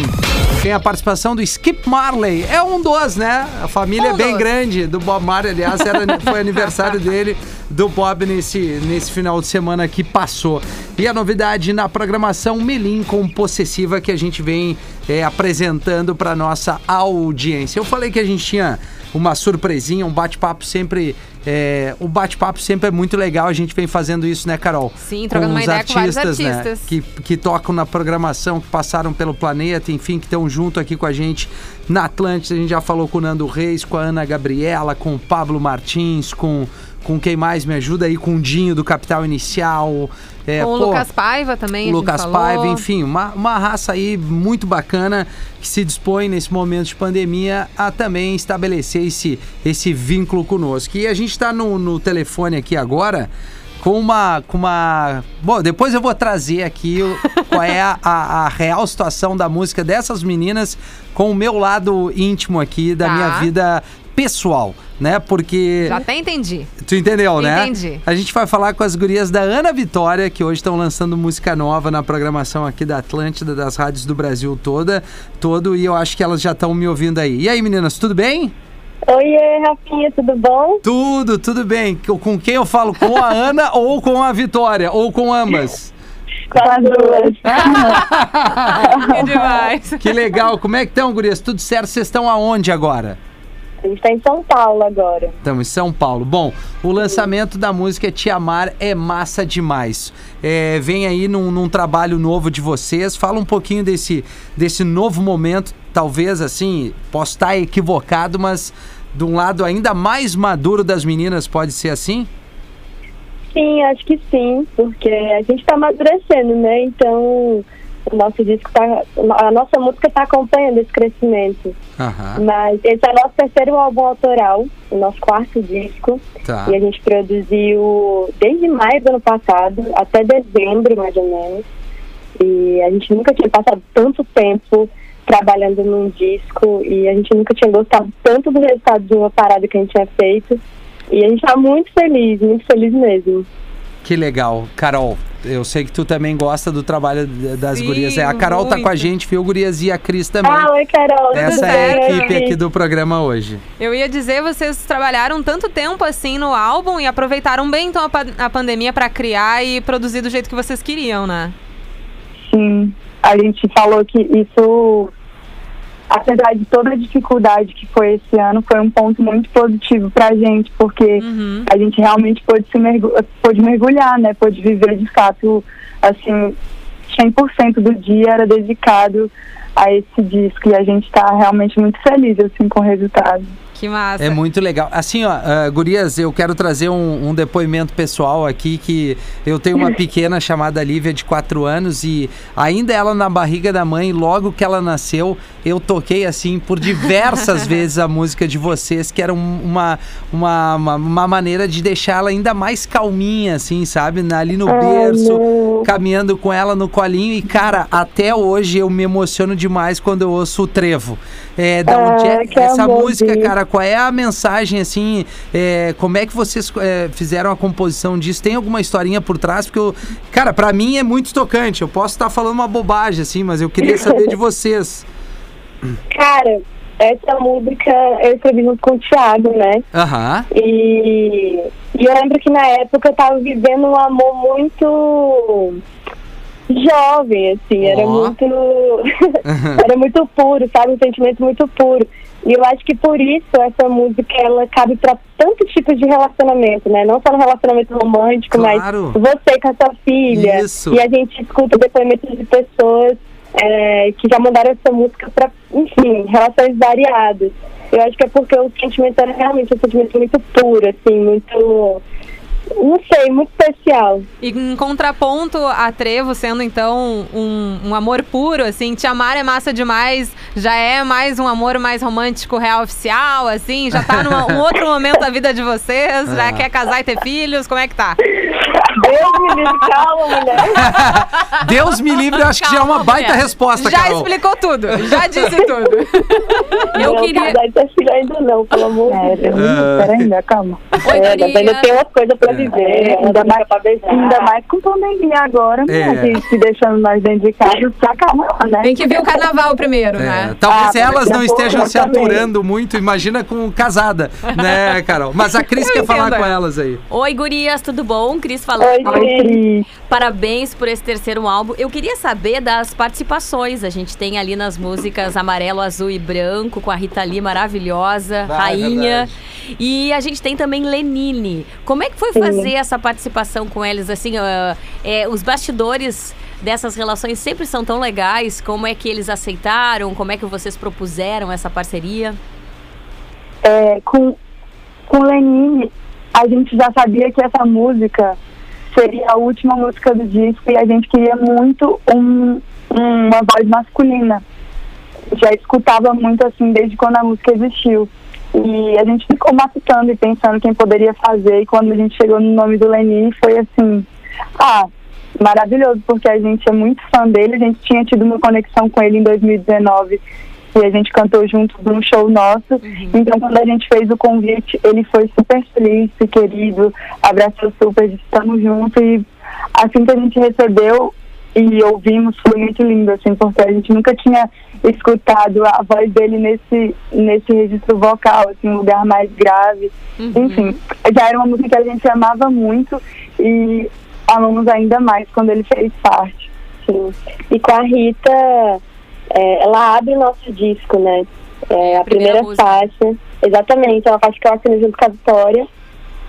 Tem a participação do Skip Marley. É um dos, né? A família é
Um
bem
dos.
grande do Bob Marley. Aliás, era, foi aniversário dele, do Bob, nesse, nesse final de semana que passou. E a novidade na programação Melim com Possessiva que a gente vem é, apresentando para nossa audiência. Eu falei que a gente tinha uma surpresinha, um bate-papo sempre. é, o bate-papo sempre é muito legal, a gente vem fazendo isso, né, Carol?
Sim, trocando uma
os
ideia com vários artistas.
Né, que, que tocam na programação, que passaram pelo planeta, enfim, que estão junto aqui com a gente na Atlântida. A gente já falou com o Nando Reis, com a Ana Gabriela, com o Pablo Martins, com, com quem mais me ajuda aí, com o Dinho do Capital Inicial. É,
Com o
pô,
Lucas Paiva também. a
o
gente
Lucas
falou.
Paiva, enfim, uma, uma raça aí muito bacana que se dispõe nesse momento de pandemia a também estabelecer esse, esse vínculo conosco. E a gente está no, no telefone aqui agora com uma, com uma. Bom, depois eu vou trazer aqui o- qual é a, a- a real situação da música dessas meninas com o meu lado íntimo aqui, da
Tá.
minha vida pessoal, né? Porque.
Já até entendi.
Tu entendeu, né?
Entendi.
A gente vai falar com as gurias da Ana Vitória, que hoje estão lançando música nova na programação aqui da Atlântida, das rádios do Brasil toda, todo, e eu acho que elas já estão me ouvindo aí. E aí, meninas, tudo bem?
Oiê, Rafinha, tudo bom?
Tudo, tudo bem. Com- Com quem eu falo? Com *laughs* a Ana ou com a Vitória? Ou com ambas?
Com as duas.
Que demais.
Que legal. Como é que estão, gurias? Tudo certo? Vocês estão aonde agora?
A gente tá em São Paulo agora.
Estamos em São Paulo. Bom, o lançamento da música Te Amar é massa demais. É, vem aí num, num trabalho novo de vocês. Fala um pouquinho desse, desse novo momento. Talvez, assim, posso estar equivocado, mas de um lado ainda mais maduro das meninas, pode ser assim?
Sim, acho que sim, porque a gente tá amadurecendo, né? Então, o nosso disco tá. A nossa música tá acompanhando esse crescimento.
Aham,
Mas esse é o nosso terceiro álbum autoral, o nosso quarto disco.
tá.
E a gente produziu desde maio do ano passado até dezembro, mais ou menos. E a gente nunca tinha passado tanto tempo trabalhando num disco e a gente nunca tinha gostado tanto do resultado de uma parada que a gente tinha feito. E a gente tá muito feliz, muito feliz mesmo.
Que legal. Carol, eu sei que tu também gosta do trabalho d- das
Sim,
gurias. É, A Carol tá com a
muito.
gente, viu, gurias? E a Cris também.
Ah, oi, Carol. tudo
Essa é
bem?
a equipe aqui do programa hoje.
*laughs* Eu ia dizer, vocês trabalharam tanto tempo assim no álbum e aproveitaram bem então a, pa- a pandemia pra criar e produzir do jeito que vocês queriam, né?
Sim, a gente falou que isso, apesar de toda a dificuldade que foi esse ano, foi um ponto muito positivo pra gente, porque
Uhum.
a gente realmente pôde, se mergu pôde mergulhar, né? Pôde viver de fato, assim, 100% do dia era dedicado
a esse disco e a gente tá realmente muito feliz assim com o resultado.
Que massa.
É muito legal. Assim, ó, ah, gurias, eu quero trazer um, um depoimento pessoal aqui que eu tenho
*laughs*
uma pequena chamada Lívia de 4 anos e ainda ela na barriga da mãe, logo que ela nasceu, eu toquei assim por
*laughs*
diversas vezes a música de vocês, que era um- uma, uma, uma, uma maneira de deixar ela ainda mais calminha, assim, sabe? Na- Ali no
Ai,
berço,
meu.
caminhando com ela no colinho e, cara, até hoje eu me emociono demais quando eu ouço o trevo. É, da
Ah,
onde é
que
essa
amor,
música,
Bi.
cara? Cara, qual é a mensagem, assim, é, como é que vocês é, fizeram a composição disso? Tem alguma historinha por trás? Porque, eu, cara, pra mim é muito tocante. Eu posso estar falando uma bobagem, assim, mas eu queria saber de vocês.
Cara, essa música eu escrevi junto com o Thiago, né?
Aham.
E, e eu lembro que na época eu tava vivendo um amor muito jovem, assim, era
Ó. *laughs*
muito. *laughs* era muito puro, sabe? Um sentimento muito puro. E eu acho que por isso essa música ela cabe pra tantos tipos de relacionamento, né? Não só no relacionamento romântico,
Claro.
mas você com a sua filha.
Isso.
E a gente escuta depoimentos de pessoas é, que já mandaram essa música pra, enfim, relações variadas. Eu acho que é porque o sentimento era realmente um sentimento muito puro, assim, muito. Não sei, muito especial.
E em contraponto a Trevo sendo, então, um, um amor puro, assim, te amar é massa demais, já é mais um amor mais romântico, real, oficial, assim, já tá num um outro momento da vida de vocês,
É.
já quer casar e ter filhos, como é que tá?
Deus me livre, calma,
*laughs*
mulher.
Deus me livre, eu acho que já é uma
Calma,
baita
mulher.
resposta,
Já
Carol.
explicou tudo, já disse tudo.
*laughs*
Eu
não,
queria-
casar e ter filho ainda não, pelo amor de Deus.
Ah, É.
ainda, né, calma.
Oi,
É, mas
guria.
ainda tem umas coisas pra viver, ainda mais pra beijar.
Ainda mais com pandemia agora, né?
É.
A gente se deixando nós dentro de casa, tá calma, né?
Tem que ver o carnaval primeiro,
é,
né?
talvez
Ah,
elas
mas
não
eu
estejam
vou
se
também.
aturando muito, imagina com casada, né, Carol? Mas a Cris
Eu
quer falar
entendo
é.
com
ela.
elas aí.
Oi, gurias, tudo bom? Cris
Oi,
falando.
Cris.
Parabéns por esse terceiro álbum. Eu queria saber das participações. A gente tem ali nas músicas Amarelo, Azul e Branco, com a Rita Lee maravilhosa,
Ah,
rainha.
verdade.
E a gente tem também Lenine. Como é que foi fazer essa participação com eles? Assim, ah, é, os bastidores dessas relações sempre são tão legais. Como é que eles aceitaram? Como é que vocês propuseram essa parceria?
É, com, com Lenine, a gente já sabia que essa música seria a última música do disco e a gente queria muito um- uma voz masculina. Já escutava muito assim desde quando a música existiu. E a gente ficou matutando e pensando quem poderia fazer. E quando a gente chegou no nome do Lenine, foi assim: ah, maravilhoso, porque a gente é muito fã dele. A gente tinha tido uma conexão com ele em 2019 e a gente cantou junto num show nosso. Então, quando a gente fez o convite, ele foi super feliz, super querido, abraçou super, disse, estamos juntos. E assim que a gente recebeu e ouvimos, foi muito lindo, assim, porque a gente nunca tinha escutado a voz dele nesse, nesse registro vocal, assim, um lugar mais grave.
Uhum.
Enfim, já era uma música que a gente amava muito e amamos ainda mais quando ele fez parte.
Sim. E com a Rita, é, ela abre o nosso disco, né? É,
Primeira
a primeira,
música.
faixa. Exatamente, é uma faixa que eu assino junto com a Vitória,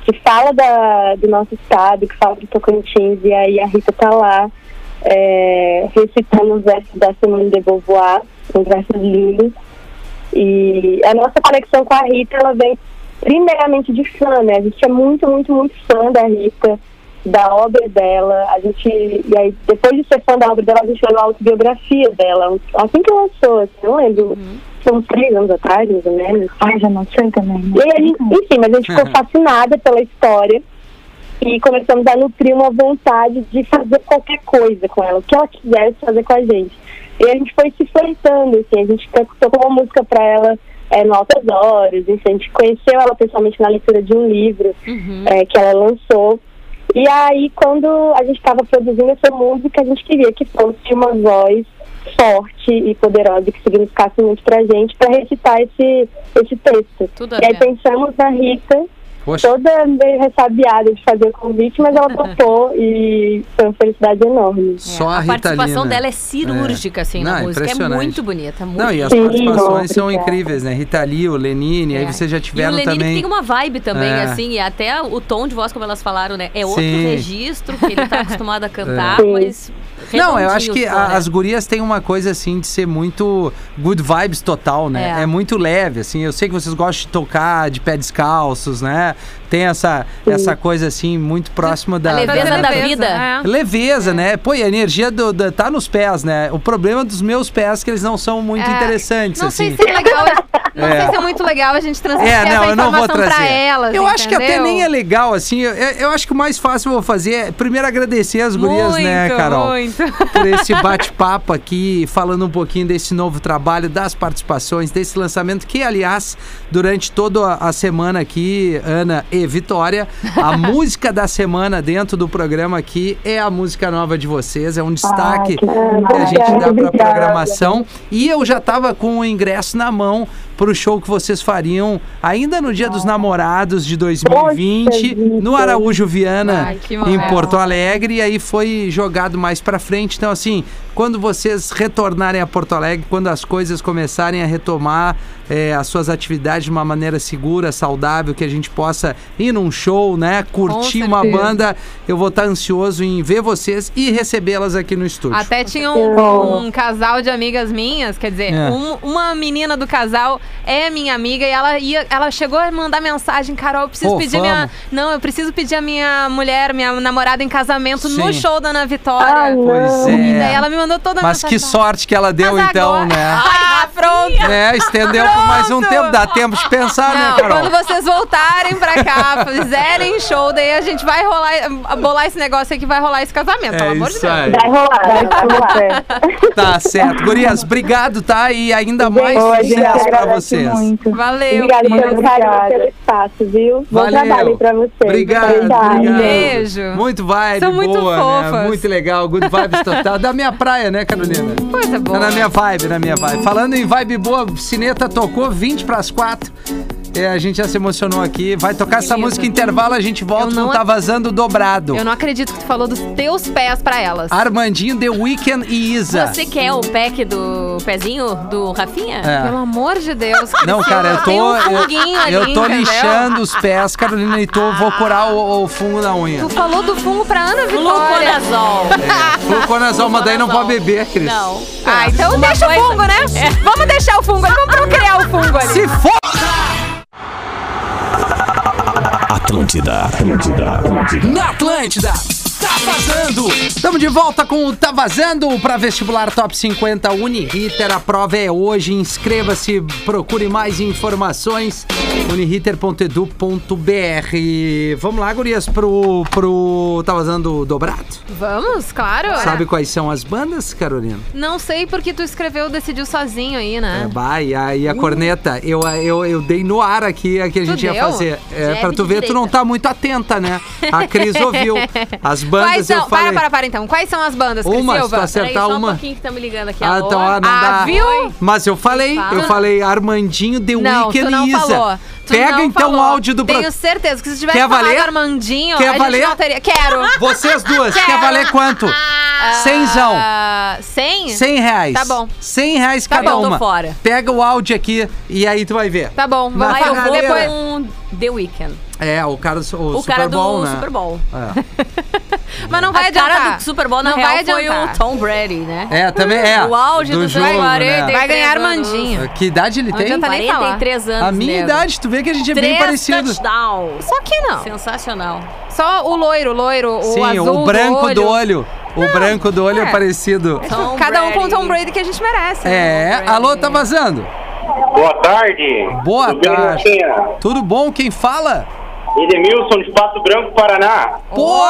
que fala da, do nosso estado, que fala do Tocantins, e aí a Rita tá lá, é, recitando os versos da Simone de Beauvoir, uns versos lindos. E a nossa conexão com a Rita, ela vem primeiramente de fã, né? A gente é muito, muito, muito fã da Rita, da obra dela. A gente, e aí, depois de ser fã da obra dela, a gente leu a autobiografia dela, assim que lançou, assim, não lembro, são uns três anos atrás, mais ou menos.
Ai, já não sei também. né?
E aí, a gente, enfim, mas a gente ficou fascinada pela história e começamos a nutrir uma vontade de fazer qualquer coisa com ela, o que ela quisesse fazer com a gente. E a gente foi se flertando, assim, a gente to- tocou uma música pra ela é, no Altas Horas, enfim, a gente conheceu ela pessoalmente na leitura de um livro é, que ela lançou. E aí, quando a gente estava produzindo essa música, a gente queria que fosse uma voz forte e poderosa, que significasse muito pra gente, pra recitar esse, esse texto.
Tudo a
E aí
ver.
pensamos na Rita,
Poxa,
toda meio ressabiada de fazer o convite, mas ela topou e foi uma felicidade enorme.
só
É,
a,
a
Rita
participação
Lina.
dela é cirúrgica, assim, na
Não,
música. É
impressionante.
muito bonita, muito
Não, e as
Sim,
participações são
obrigada.
incríveis, né? Rita Lee, o Lenine, aí
É.
vocês já
E o
tiveram
Lenine que
também.
tem uma vibe também,
É.
assim, e até o tom de voz, como elas falaram, né? É outro
Sim. *laughs* É.
registro que ele tá acostumado a cantar,
Sim.
mas
Não, eu acho
redondinhos
que
só,
a-
né?
as gurias têm uma coisa assim de ser muito good vibes total, né? É.
É.
muito leve, assim. Eu sei que vocês gostam de tocar de pé descalços, né? Tem essa, essa coisa assim muito próxima da.
A
da-
leveza da
Leveza,
vida.
é.
Leveza, né? Pô, e a energia do, da- tá nos pés, né? O problema dos meus pés é que eles não são muito
É,
interessantes,
não sei
assim.
se é legal, não
*laughs* É.
sei se é muito legal a gente transmitir
É, não,
essa
eu não vou
informação pra
trazer.
elas,
eu acho que até
entendeu?
nem é legal, assim. Eu, eu- eu acho que o mais fácil eu vou fazer é primeiro agradecer as gurias, né,
Muito,
Carol?
muito.
*laughs* por esse bate-papo aqui, falando um pouquinho desse novo trabalho, das participações, desse lançamento, que, aliás, durante toda a semana aqui, Ana e Vitória,
*laughs*
a música da semana dentro do programa aqui é a música nova de vocês, é um destaque que, a gente dá para
obrigada.
programação. E eu já estava com o ingresso na mão para o show que vocês fariam ainda no Dia dos
Ah.
Namorados de 2020, no Araújo Viana,
Ai, que
em
maravilha.
Porto Porto Alegre e aí foi jogado mais pra frente. Então, assim, quando vocês retornarem a Porto Alegre, quando as coisas começarem a retomar eh, as suas atividades de uma maneira segura, saudável, que a gente possa ir num show, né? Curtir uma
certeza.
banda, eu vou estar ansioso em ver vocês e recebê-las aqui no estúdio.
Até tinha um, um casal de amigas minhas, quer dizer,
É.
um- uma menina do casal é minha amiga e ela ia, ela chegou a mandar mensagem, Carol, eu preciso
Pô,
pedir
vamos.
minha, não, eu preciso pedir a minha mulher, minha namorada em casamento no
Sim.
show da Ana Vitória.
Pois
E daí
é.
ela me mandou toda a
Mas que
mensagem.
sorte que ela deu,
Mas
então,
agora-
né?
Ah, pronto.
É, estendeu por mais um
Pronto.
tempo, dá tempo de pensar,
Não,
né, Carol?
quando vocês voltarem pra cá, fizerem show, daí a gente vai rolar, bolar esse negócio aqui, vai rolar esse casamento,
É
pelo amor de Deus.
aí.
Vai rolar, vai rolar. certo.
Tá certo. Gurias, obrigado, tá? E ainda mais
Boa, gente,
sucesso pra
agradece
vocês.
muito.
Valeu.
Obrigada pelo
querido.
carinho, pelo espaço, viu? Bom
Valeu.
trabalho aí pra vocês.
Obrigado,
Obrigada.
obrigado.
Beijo.
Muito vibe
São muito
boa, né?
fofas.
Muito legal, good vibes total. Da minha praia, né, Carolina?
Coisa
Tá
boa.
na minha vibe, na minha vibe. Falando em vibe boa, Cineta tocou 20 pras 4. É, a gente já se emocionou aqui. Vai tocar essa
lindo.
música intervalo, a gente
Eu
volta não
não
tá
ac-
vazando dobrado.
Eu não acredito que tu falou dos teus pés pra elas.
Ah, Armandinho, The Weeknd e Isa.
Você quer o pack do pezinho do Rafinha?
É.
Pelo amor de Deus.
Não, cara, eu
Tem
tô.
um funguinho
eu,
ali,
eu tô
entendeu?
lixando os pés, Carolina, e tô, vou curar o, o fungo na
*laughs*
unha. É,
Tu falou do fungo pra Ana Vitória.
*laughs*
Gluconazol.
Gluconazol, mas daí não pode
Gluconazol.
beber, Cris.
Não.
Ah, então deixa o fungo, né? Vamos deixar o fungo aí, vamos procriar o fungo ali.
Se for.
Atlântida, Atlântida, Atlântida.
na Atlântida. Tá vazando! Estamos de volta com o Tá Vazando para vestibular Top 50 Uniriter. A prova é hoje. Inscreva-se, procure mais informações. uniriter.edu.br. Vamos lá, gurias, pro, pro Tá Vazando dobrado.
Vamos, claro.
Sabe quais são as bandas, Carolina?
Não sei porque tu escreveu, decidiu sozinho aí,
É,
né?
bah, e a, e a corneta, eu, eu, eu dei no ar aqui a que a gente ia
deu?
fazer. É,
Jab
pra tu
de
ver, tu não
direita.
tá muito atenta, né? A Cris
*laughs*
ouviu. As bandas
Quais
eu
são?
falei.
Para, para, para então. Quais são as bandas, Cris
Uma, se tu
Silva?
Peraí,
acertar
só um
uma.
pouquinho que tá me ligando aqui.
Ah,
Alô?
então ah, não
Ah,
dá.
viu?
Mas eu falei,
Fala.
eu falei Armandinho The
Não,
Weeknd
tu não
e Isa.
falou. Tu
Pega
não
então
falou.
o áudio do pro...
Tenho certeza que se tivesse
Quer
falado
valer?
Armandinho,
Quer
a gente
valer?
não teria. Quero!
*laughs* Vocês duas, quer
Quero.
valer quanto? Cenzão.
Ah, Cem?
100 reais.
Tá bom.
100 reais
Tá
cada
bom, tô
uma.
fora.
Pega o áudio aqui e aí tu vai ver.
Tá bom,
Na
vamos
Aí eu vou
Carreira.
depois. um
com É um The Weeknd.
É, o cara do o
O
Super
cara do
Bowl, né?
Super Bowl.
É.
*laughs*
Mas não
O
vai adiantar.
cara do Super Bowl, na
Não
real,
vai
foi
adiantar.
o Tom Brady, né?
É, também é.
O auge do
jogo,
jogo,
né?
43
Vai ganhar
anos.
Armandinho.
Ah, Que idade ele
Não
tem?
adianta nem né? falar.
43 anos,
A minha
nego.
idade, tu vê que a gente é
Três
bem parecido.
touchdowns.
Só que não.
Sensacional.
Só o loiro, o loiro, o
Sim,
azul
o branco
do
do
olho.
olho. O branco do olho é
é.
parecido.
Tom
Cada um com o
Brady.
Tom
*laughs*
Brady que a gente merece. né?
É, alô, tá vazando?
Boa tarde.
Boa
Tudo bem,
tarde.
Rafinha?
Tudo bom? Quem fala?
Edemilson de Pato Branco, Paraná.
Pô,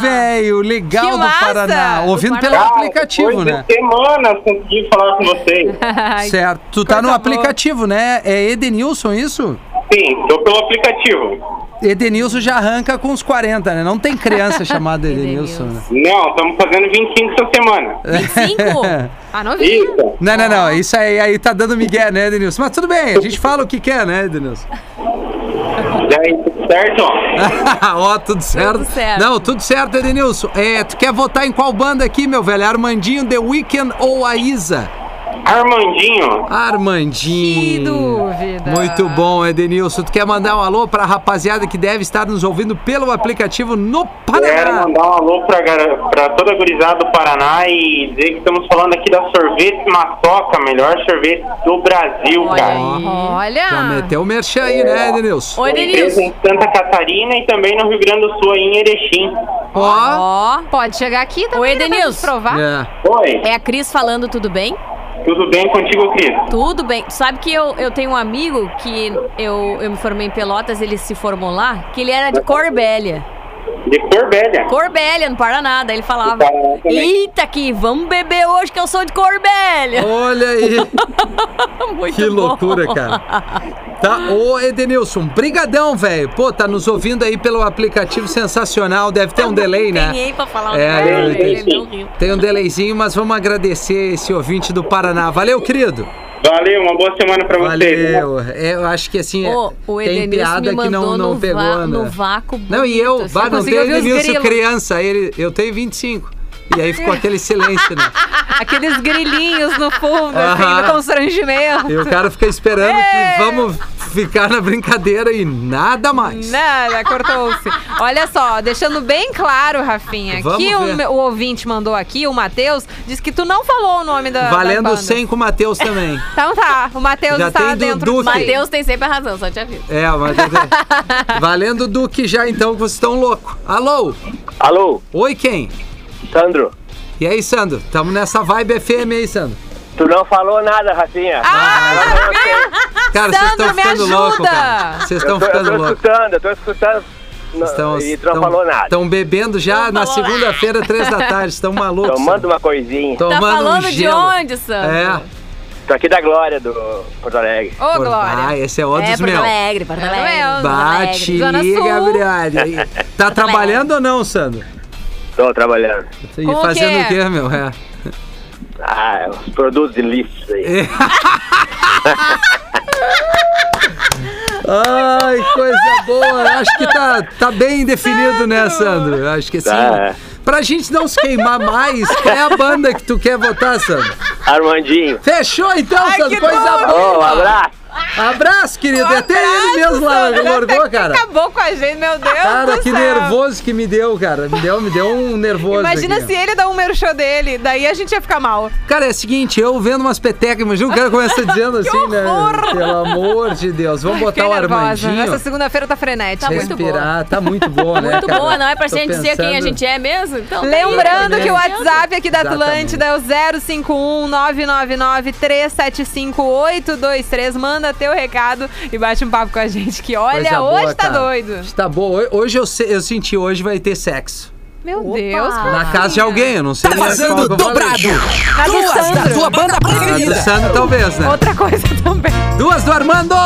velho, legal
Que
do
massa!
Paraná. Ouvindo
Do
pelo
Paraná.
É um aplicativo,
depois
né?
de semanas consegui falar com vocês.
Ai,
certo. Tu tá
coisa
no
boa.
aplicativo, né? É Edenilson isso?
Sim, tô pelo aplicativo.
Edenilson já arranca com uns 40, né? Não tem criança chamada Edenilson, né?
Não, estamos fazendo 25 essa semana.
É.
*laughs*
25?
Ah, não vi.
Isso.
Não, não, não. Isso aí, aí tá dando migué, né, Edenilson? Mas tudo bem, a gente fala o que quer, né, Edenilson? *laughs*
Já é tudo certo?
Ó, tudo certo.
Tudo certo.
Não, tudo certo, Edenilson. É, tu quer votar em qual banda aqui, meu velho? Armandinho, The Weeknd ou a Isa?
Armandinho.
Armandinho.
Que dúvida.
Muito bom, Edenilson. Tu quer mandar um alô pra rapaziada que deve estar nos ouvindo pelo aplicativo no
Quero
Paraná?
mandar um alô pra, gar- pra toda a gurizada do Paraná e dizer que estamos falando aqui da Sorvete Maçoca, melhor sorvete do Brasil,
Olha
cara.
aí.
Olha.
Já meteu o merchan aí, né, Edenilson?
Oi,
Empresa
Denilson.
em Santa Catarina e também no Rio Grande do Sul, aí em Erechim.
Ó.
Ó.
Pode chegar aqui também.
Oi,
né, pra
Edenilson.
provar.
É.
Oi,
É a Cris falando, tudo bem?
tudo bem contigo, Cris?
Tudo bem. Tu Sabe que eu, eu tenho um amigo que eu, eu me formei em Pelotas, ele se formou lá, que ele era de Corbélia.
De Corbélia.
Corbélia, no Paraná. Daí ele falava:
Do Paraná também.
Eita, aqui, vamos beber hoje que eu sou de Corbélia. *laughs*
Olha
*laughs*
aí,
Muito
Oh, que
bom.
loucura, cara. Tá, ô Edenilson, brigadão, velho. Pô, tá nos ouvindo aí pelo aplicativo sensacional, deve ter um delay, né?
Ganhei pra falar o
É,
nome
eu
dele,
entendi.
ele não riu.
Tem um delayzinho, mas vamos agradecer esse ouvinte do Paraná. Valeu, querido.
Valeu, uma boa semana pra vocês.
Valeu. É, eu acho que assim,
Ô, o
tem
Edenilson
piada
me
que não,
mandou
não
no,
pegou,
va- no
né?
vácuo.
Não, e eu,
bonito, assim,
bah, não tem
consigo ouvir os
Edenilson
grilos.
criança, ele, eu tenho 25. E aí
*laughs*
ficou aquele silêncio, né?
Aqueles grilhinhos no
*laughs*
fundo, assim,
Aham.
do constrangimento.
E o cara fica esperando
É.
que vamos ficar na brincadeira e nada mais.
Nada, Né, cortou-se. Olha só, deixando bem claro, Rafinha,
Vamos
que o,
ver.
meu- o ouvinte mandou aqui, o Matheus, disse que tu não falou o nome da. da
Valendo
banda.
100 com o Matheus também.
Então tá, o Matheus
Já
está
tem
dentro
Dudu,
disso aí.
filho.
Matheus tem sempre a razão, só te aviso.
É, mas
*laughs*
valendo o Duque já então, que vocês estão loucos. Alô?
Alô,
Oi, quem?
Sandro,
E aí, Sandro? Tamo nessa vibe FM aí, Sandro.
tu não falou nada, Rafinha.
Ah,
Eu sei,
Cara, vocês
Sandro,
estão
me
ficando
ajuda!
loucos, cara. Vocês
eu
estão
tô, eu
ficando
tô
loucos.
escutando, eu tô escutando. Não,
Estão,
e tu não falou nada.
Estão bebendo já
Não
na
falou nada.
segunda-feira, três
*laughs*
da tarde. Estão malucos.
Tomando uma coisinha.
Tomando
Tá falando
um
de
gelo.
onde, Sandro?
É.
Tô aqui da Glória do Porto Alegre.
Ô,
Por-
Glória.
Ah, esse é o
É,
dos
Porto
meus.
Alegre, Porto
Porto
Alegre.
Alegre.
Porto Alegre.
Bate,
Zona
liga,
Sul.
*laughs*
brother. Tá trabalhando ou não, Sandro?
Tô trabalhando.
E
Com o
fazendo o
quê?
quê, meu? É.
*laughs*
Ah, os produtos de lixo aí.
Ai, coisa boa. Acho que tá, tá bem definido, né, Sandro? Acho que assim.
Tá.
Pra gente não se queimar mais, qual é a banda que tu quer votar, Sandro?
Armandinho.
Fechou então, Sandro.
que
Coisa
Ô,
boa.
um abraço.
Abraço, querido. É
Um
Até ele mesmo lá
Sandro,
largou,
até que
cara.
Acabou com a gente, meu Deus.
Cara,
do
que
céu.
nervoso que me deu, cara. Me deu, me deu um nervoso.
Imagina
aqui.
se ele dá um merchan dele, daí a gente ia ficar mal.
Cara, é o seguinte, eu vendo umas petecas, imagina o cara começa dizendo assim, né?
horror!
Pelo amor de Deus, vamos botar
Fiquei
o
nervosa.
Armandinho.
Essa segunda-feira tá frenética.
Tá muito
respirar, tá muito boa, né?
Muito
cara?
boa, não é pra
Tô
gente dizer quem a
pensando-
gente é mesmo? Então, tá aí.
Lembrando que o
Exatamente.
WhatsApp aqui da Atlântida
Exatamente.
é o 051-999-375-823. Manda teu recado e bate um papo com a gente, que olha,
Coisa
hoje
boa,
tá
cara.
doido.
Hoje Tá bom. Ho- Hoje eu, se- eu senti, hoje vai ter sexo.
Meu Deus, cara.
Na casa de alguém, eu não sei. é
Tá vazando dobrado.
Na do
Duas da
Sandro.
tua banda
Do
preferida.
Sandro, talvez, né?
Outra coisa *laughs* também.
Duas do Armando!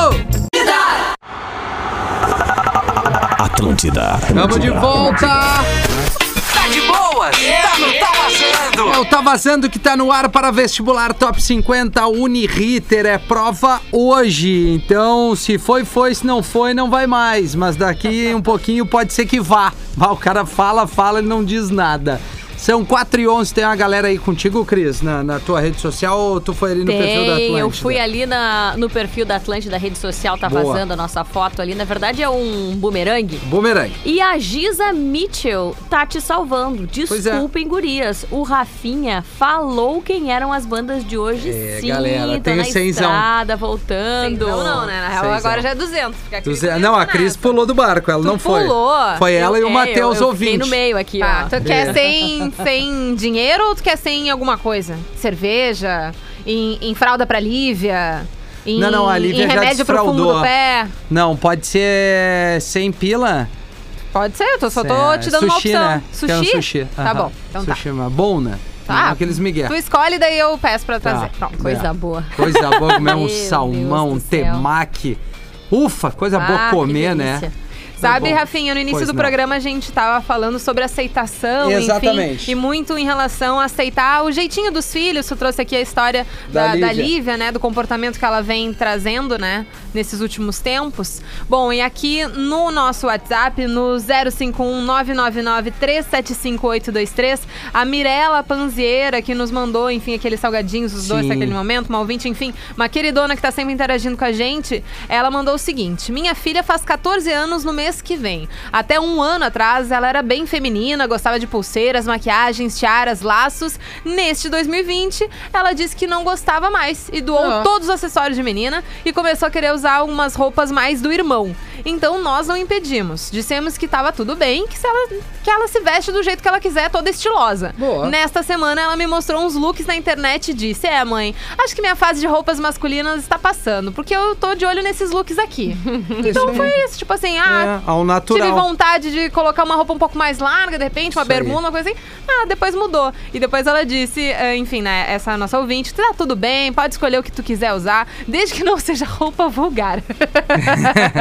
Atlântida.
Tamo de volta!
Tá de boa. Tá, não tá vazando.
É o Tá Vazando que tá no ar para vestibular Top 50 Uniriter. É prova hoje. Então, se foi, foi. Se não foi, não vai mais. Mas daqui um pouquinho pode ser que vá. Mas o cara fala, fala e não diz nada. São 4 e 11 Tem uma galera aí contigo, Cris, na, na tua rede social ou tu foi ali no perfil da
Tem,
Atlântida?
eu fui ali na, no perfil da Atlântida, rede social, tá
Boa.
vazando a nossa foto ali. Na verdade é um bumerangue.
Bumerangue.
E a Giza Mitchell tá te salvando.
Pois é.
Desculpem, gurias. O Rafinha falou quem eram as bandas de hoje,
É,
sim.
galera,
tô
tem
na
o cenzão.
estrada, voltando.
Não, não, né? Na real,
Seis
agora
anos.
já é 200. porque a
Tu
Cris
zé-
não
Não, a
entra
Cris
nessa.
pulou do barco, ela
Tu
não foi.
pulou.
Foi ela e
Eu-
o
é,
Matheus
eu- eu
ouvinte.
Fiquei no meio aqui,
Tá,
ó.
tu
É.
quer sem, sem dinheiro ou tu quer sem alguma coisa? Cerveja? Em, em fralda pra Lívia? Em,
Não, não, a Lívia
em
já
remédio pro fundo
desfraudou.
do pé?
Não, pode ser sem pila.
Pode ser, eu tô- só tô
É,
te dando
sushi,
uma opção.
Né? Quero
Sushi?
sushi.
Tá
Aham.
bom, então tá.
sushi, mas bom, né?
Tá.
Não aqueles migué.
Tu escolhe, daí eu peço pra
Tá.
trazer. Pronto.
Coisa
É.
boa.
Coisa
*laughs*
boa comer um
Meu
salmão, um
Deus do céu.
temaki. Ufa, coisa
Ah,
boa
que
comer,
delícia.
né?
Sabe,
bom.
Rafinha, no início
Pois
do
não.
programa a gente tava falando sobre aceitação,
Exatamente.
enfim. E muito em relação a aceitar o jeitinho dos filhos. Tu trouxe aqui a história da,
Da
da
Lívia.
Lívia. né? Do comportamento que ela vem trazendo, né? Nesses últimos tempos. Bom, e aqui no nosso WhatsApp, no 051-999-375823, a Mirella Panzieira, que nos mandou, enfim, aqueles salgadinhos, os dois
Sim.
naquele momento, uma ouvinte, enfim, uma queridona que tá sempre interagindo com a gente, ela mandou o seguinte: Minha filha faz 14 anos no mês que vem. Até um ano atrás, ela era bem feminina, gostava de pulseiras, maquiagens, tiaras, laços. Neste 2020, ela disse que não gostava mais e doou
Ah.
todos os acessórios de menina e começou a querer usar algumas roupas mais do irmão. Então nós não impedimos. Dissemos que tava tudo bem, que, se ela, que ela se veste do jeito que ela quiser, é toda estilosa.
Boa.
Nesta semana, ela me mostrou uns looks na internet e disse: É, mãe, acho que minha fase de roupas masculinas está passando, porque eu tô de olho nesses looks
*laughs*
aqui. então foi isso, tipo assim, ah.
É, ao
Tive
natural.
vontade de colocar uma roupa um pouco mais larga, de repente, uma
Isso aí.
bermuda, uma coisa assim. Ah, depois mudou. E depois ela disse, eh, enfim, né, essa nossa ouvinte, tá tudo bem, pode escolher o que tu quiser usar, desde que não *laughs* seja roupa vulgar.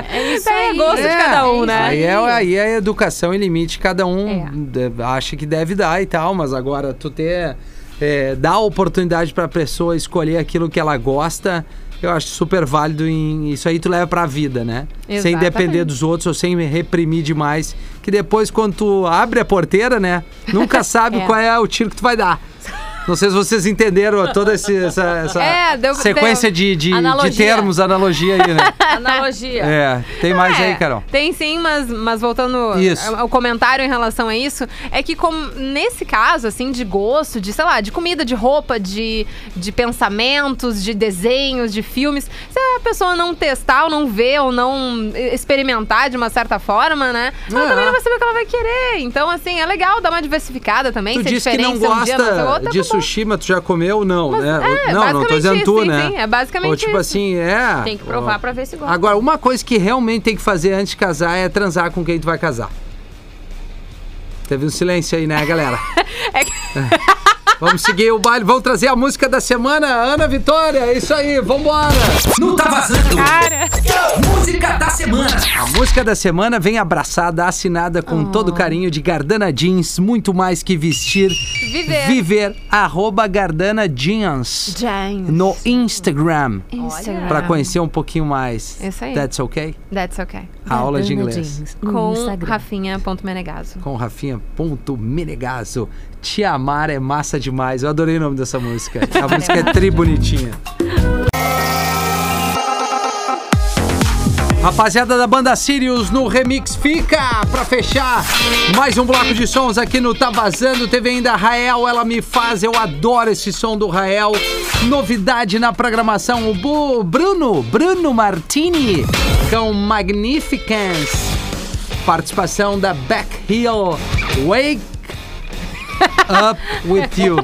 É
isso aí.
gosto de
É,
cada um,
é
né?
Aí é, aí é educação e limite, cada um
É.
de- acha que deve dar e tal, mas agora tu ter. É, dar a oportunidade pra pessoa escolher aquilo que ela gosta, eu acho super válido. Em, isso aí tu leva pra vida, né? Sem
Exatamente.
depender dos outros ou sem reprimir demais. Que depois, quando tu abre a porteira, né?
*laughs*
Nunca sabe
É.
qual é o tiro que tu vai dar. Não sei se vocês entenderam toda esse- essa, essa
É, deu-
sequência
deu-
de, de, de
Analogia.
termos, analogia
*laughs*
aí, né?
*laughs* Analogia.
é, tem mais
É,
aí, Carol.
Tem sim, mas, mas voltando
Isso.
ao comentário em relação a isso, é que como nesse caso, assim, de gosto, de, sei lá, de comida, de roupa, de, de pensamentos, de desenhos, de filmes, se a pessoa não testar ou não ver ou não experimentar de uma certa forma, né? Ela
É.
também não vai saber o que ela vai querer. Então, assim, é legal dar uma diversificada também,
Tu
ser
disse que
diferente,
não
ser um dia, não ser
gosta
outro,
de
tá bom.
sushi, mas tu já comeu, não, né?
é,
não, não tô
basicamente
dizendo tu,
isso, sim,
né?
sim, é basicamente
Ou tipo
isso.
assim, é.
Tem que provar pra ver se gosta.
Agora, uma coisa que realmente tem que fazer antes de casar é transar com quem tu vai casar. Teve um silêncio aí, né, galera?
*laughs*
É. Vamos seguir o baile, vamos trazer a música da semana, Ana Vitória, é isso aí, vambora!
Não tá vazando.
Cara,
Música da semana.
A música da semana vem abraçada, assinada com
Oh.
todo carinho de Gardana Jeans, muito mais que vestir.
Viver.
Viver, arroba Gardana Jeans.
James.
no Instagram
Instagram.
pra conhecer um pouquinho mais.
Ah. Isso aí.
That's okay?
That's okay.
A aula de
Gardana
inglês.
Jeans, no
Com
Instagram.
Rafinha.menegaso.
Com Rafinha.menegaso. Te amar é massa demais. Eu adorei o nome dessa música. A música é tri bonitinha. Rapaziada da banda Sirius no Remix fica pra fechar mais um bloco de sons aqui no Tá Vazando. Teve ainda Rael, ela me faz. Eu adoro esse som do Rael. Novidade na programação: o Bu- Bruno, Bruno Martini com Magnificence. Participação da Back Hill Wake Up With You.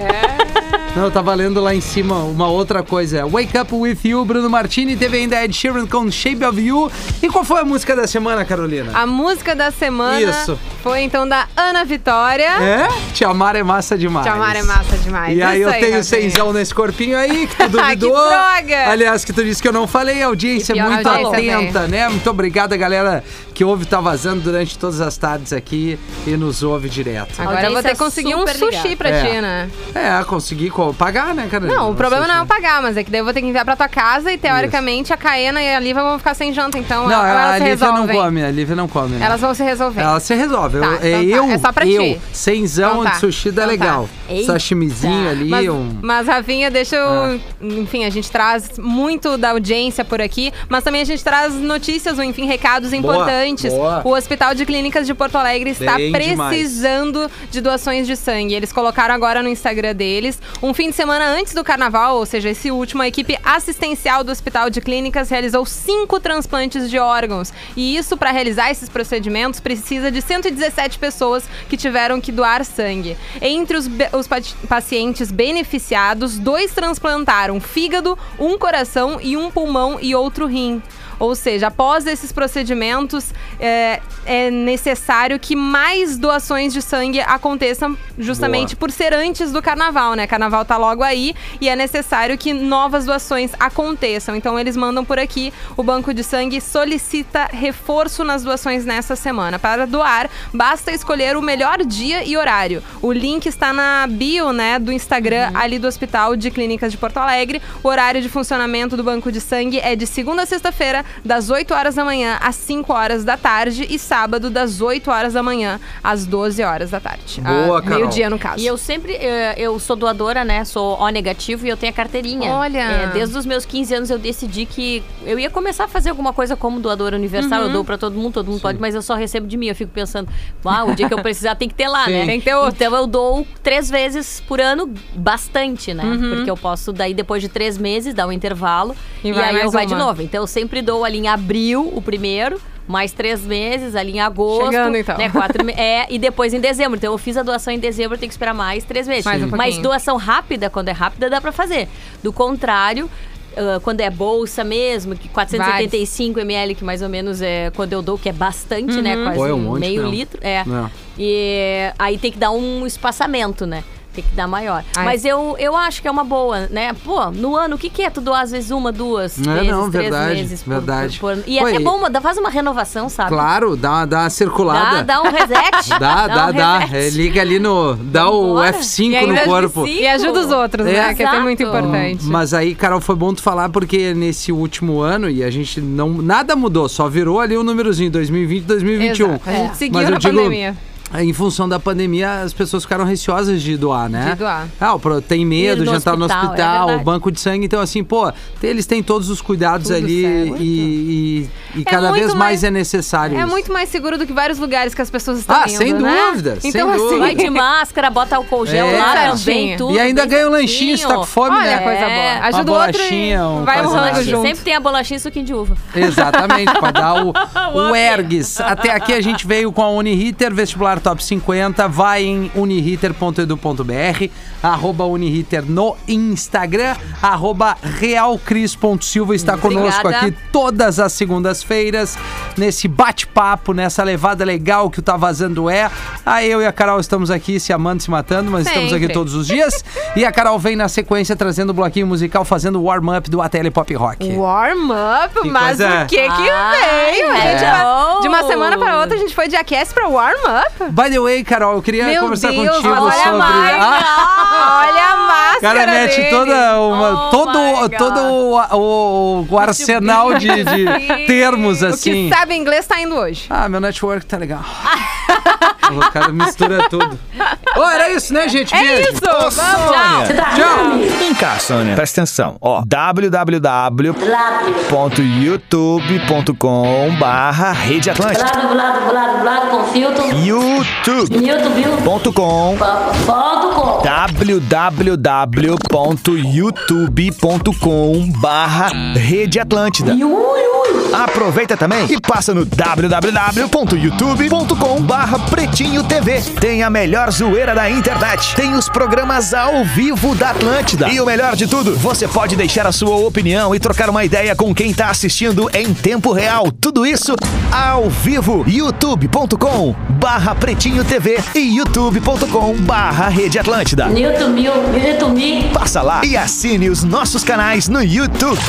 Não, tá valendo lá em cima uma outra coisa. Wake Up With You, Bruno Martini. Teve ainda Ed Sheeran com Shape of You. E qual foi a música da semana, Carolina?
A música da semana
Isso.
foi então da Ana Vitória.
É? Te amar é massa demais.
Ah. Te amar é massa demais.
E aí
Isso
eu tenho
Rafinha.
seisão nesse corpinho aí,
*laughs*
que tu duvidou.
Que droga!
Aliás, que tu disse que eu não falei, a audiência é
E pior,
muito
a audiência
atenta, né? Muito obrigada, galera, que ouve Tá Vazando durante todas as tardes aqui e nos ouve direto.
Agora eu vou ter que conseguir um
Audiência super
sushi pra
ligada.
ti, né?
É, consegui co- pagar, né, Carolina?
Não, o problema
sei
não é
se-
eu pagar, mas é que daí eu vou ter que enviar pra tua casa e teoricamente a Caena e a Liva vão ficar sem janta, então
Não,
ou
a,
elas se
Lívia não
resolvem.
come, a Lívia não come. né?
Elas vão se resolver.
Ela se resolve.
Tá,
eu, é
então tá.
eu,
É só pra
eu,
ti.
senzão
Então tá.
de sushi dá
Então tá.
legal.
Eita.
Sashimizinho ali,
Mas,
um...
mas, Rafinha, deixa
Ah.
eu. Enfim, a gente traz muito da audiência por aqui, mas também a gente traz notícias, ou enfim, recados importantes.
boa.
O Hospital de Clínicas de Porto Alegre está
Bem
precisando de doações de sangue. Eles colocaram agora no Instagram deles. Um fim de semana antes do carnaval, ou seja, esse último, a equipe assistencial do Hospital de Clínicas realizou cinco transplantes de órgãos. E isso, para realizar esses procedimentos, precisa de 117 pessoas que tiveram que doar sangue. Entre os, be- os pa- pacientes beneficiados, dois transplantaram fígado, um coração e um pulmão e outro rim. Ou seja, após esses procedimentos, é, é necessário que mais doações de sangue aconteçam, justamente por ser antes do carnaval, né? Carnaval tá logo aí e é necessário que novas doações aconteçam. Então, eles mandam por aqui: o Banco de Sangue solicita reforço nas doações nessa semana. Para doar, basta escolher o melhor dia e horário. O link está na bio, né, do Instagram
Uhum.
ali do Hospital de Clínicas de Porto Alegre. O horário de funcionamento do Banco de Sangue é de segunda a sexta-feira, das 8 horas da manhã às 5 horas da tarde e sábado das 8 horas da manhã às 12 horas da tarde.
Boa,
Ah,
Carol.
Meio-dia no caso.
E eu sempre, eh, eu sou doadora, né? Sou O negativo e eu tenho a carteirinha.
Olha!
É, desde os meus 15 anos eu decidi que eu ia começar a fazer alguma coisa como doadora universal.
Uhum.
Eu dou pra todo mundo, todo mundo pode, mas eu só recebo de mim. Eu fico pensando, ah, o dia que eu precisar tem que ter lá, né?
Sim. Tem
que ter outro.
Então eu dou três vezes por ano, bastante, né? Porque eu posso, daí depois de três meses, dar um intervalo
Uhum. E
e,
vai
aí
mais
eu vai de
uma.
novo. Então eu sempre dou ali em abril, o primeiro. Mais três meses, ali em agosto.
Chegando, então.
Né, quatro me- é, e depois em dezembro. Então eu fiz a doação em dezembro, tem que esperar mais três meses.
Mais um pouquinho.
Mas doação rápida, quando é rápida, dá pra fazer. Do contrário, ah, quando é bolsa mesmo, que 485 ml, que mais ou menos é quando eu dou, que é bastante,
Uhum.
né? Quase
Pô, é um monte
meio
mesmo.
litro. É.
É.
E aí tem que dar um espaçamento, né? Tem que dar maior.
Ai.
Mas eu, eu acho que é uma boa, né? Pô, no ano, o que, que é tu doar às vezes uma, duas
É,
vezes,
não,
três
verdade,
vezes? por-
verdade.
por- por- E
Pô,
é até
e-
bom, dá- faz uma renovação, sabe?
Claro, dá, uma- dá uma circulada.
Dá, dá um reset.
*laughs*
Dá, dá,
um
dá.
reset.
É, liga ali no. Dá o
Vambora.
E
F5
ainda
no
ajuda-
corpo.
sim.
E ajuda os outros,
É.
né? Que é até
Exato.
muito importante.
Hum, Mas aí, Carol, foi bom tu falar porque nesse último ano e a gente não nada mudou, só virou ali o númerozinho 2020, 2021.
Exato. A
É.
gente seguiu
Mas eu
na
digo,
pandemia.
Em função da pandemia, as pessoas ficaram receosas de doar, né?
De doar.
Ah, o pro- tem medo,
Ir no
jantar no
hospital, é
hospital,
verdade.
banco de sangue. Então, assim, pô, tem- eles têm todos os cuidados
Tudo
ali
certo.
e, e- e
É
cada
muito
vez mais,
mais-
é necessário
É
isso.
muito mais seguro do que vários lugares que as pessoas estão
Ah,
indo,
sem
né?
dúvida, sem
Então,
dúvida.
Vai
assim,
de máscara, bota álcool gel
É.
lá
Certinho.
também, tudo.
E ainda
bem
ganha um lanchinho, se tá com
certinho.
fome,
olha,
né?
coisa
É.
boa. Ajuda o
Uma
outro e
bolachinha, um
vai um
coisa
rango
mais.
junto.
Sempre tem a bolachinha e suquinho de uva.
Exatamente, para dar o, o ergues. Até aqui a gente veio com a Uniriter, vestibular top 50. Vai em uniriter.edu.br, arroba Uniriter no Instagram, arroba realcris.silva está conosco
Obrigada.
aqui todas as segundas-feiras, nesse bate-papo, nessa levada legal que o Tá Vazando é. Aí eu e a Carol estamos aqui se amando, se matando, mas estamos aqui
Sempre.
todos os dias. E a Carol vem na sequência trazendo o bloquinho musical, fazendo o warm-up do ATL Pop Rock.
Warm up,
Que
mas
coisa.
o que que
Ai,
veio? A gente
é.
fa- De uma
Oh.
semana pra outra, a gente foi de aquece pra warm up.
By the way, Carol, eu queria
Meu
É, conversar
Deus,
contigo
olha
sobre.
a *laughs*
Ah,
Olha a máscara
o cara mete
dele.
toda uma,
Oh my
todo,
God.
todo o, o- o arsenal de, de
*laughs*
*laughs* termos
O que
assim.
sabe inglês tá indo hoje.
Ah, meu network
*laughs*
tá legal. o cara mistura tudo. Ô, era isso, né, gente? Beijo.
É Isso, vamos. Tchau.
Vem cá, Sônia. Presta atenção. Ó, www.youtube.com barra Rede Atlântica.
Blá, blá, blá, blá, com filtro.
youtube.com
YouTube. Ponto com.
www.youtube.com barra Rede Atlântida. Aproveita também e passa no www.youtube.com barra Pretinho TV. Tem a melhor zoeira da internet. Tem os programas ao vivo da Atlântida. E o melhor de tudo, você pode deixar a sua opinião e trocar uma ideia com quem tá assistindo em tempo real. Tudo isso ao vivo. youtube.com barra Pretinho TV e youtube.com barra Rede Atlântida.
Newton Mil. Newton Mil.
Passa lá e assine os nossos canais no YouTube.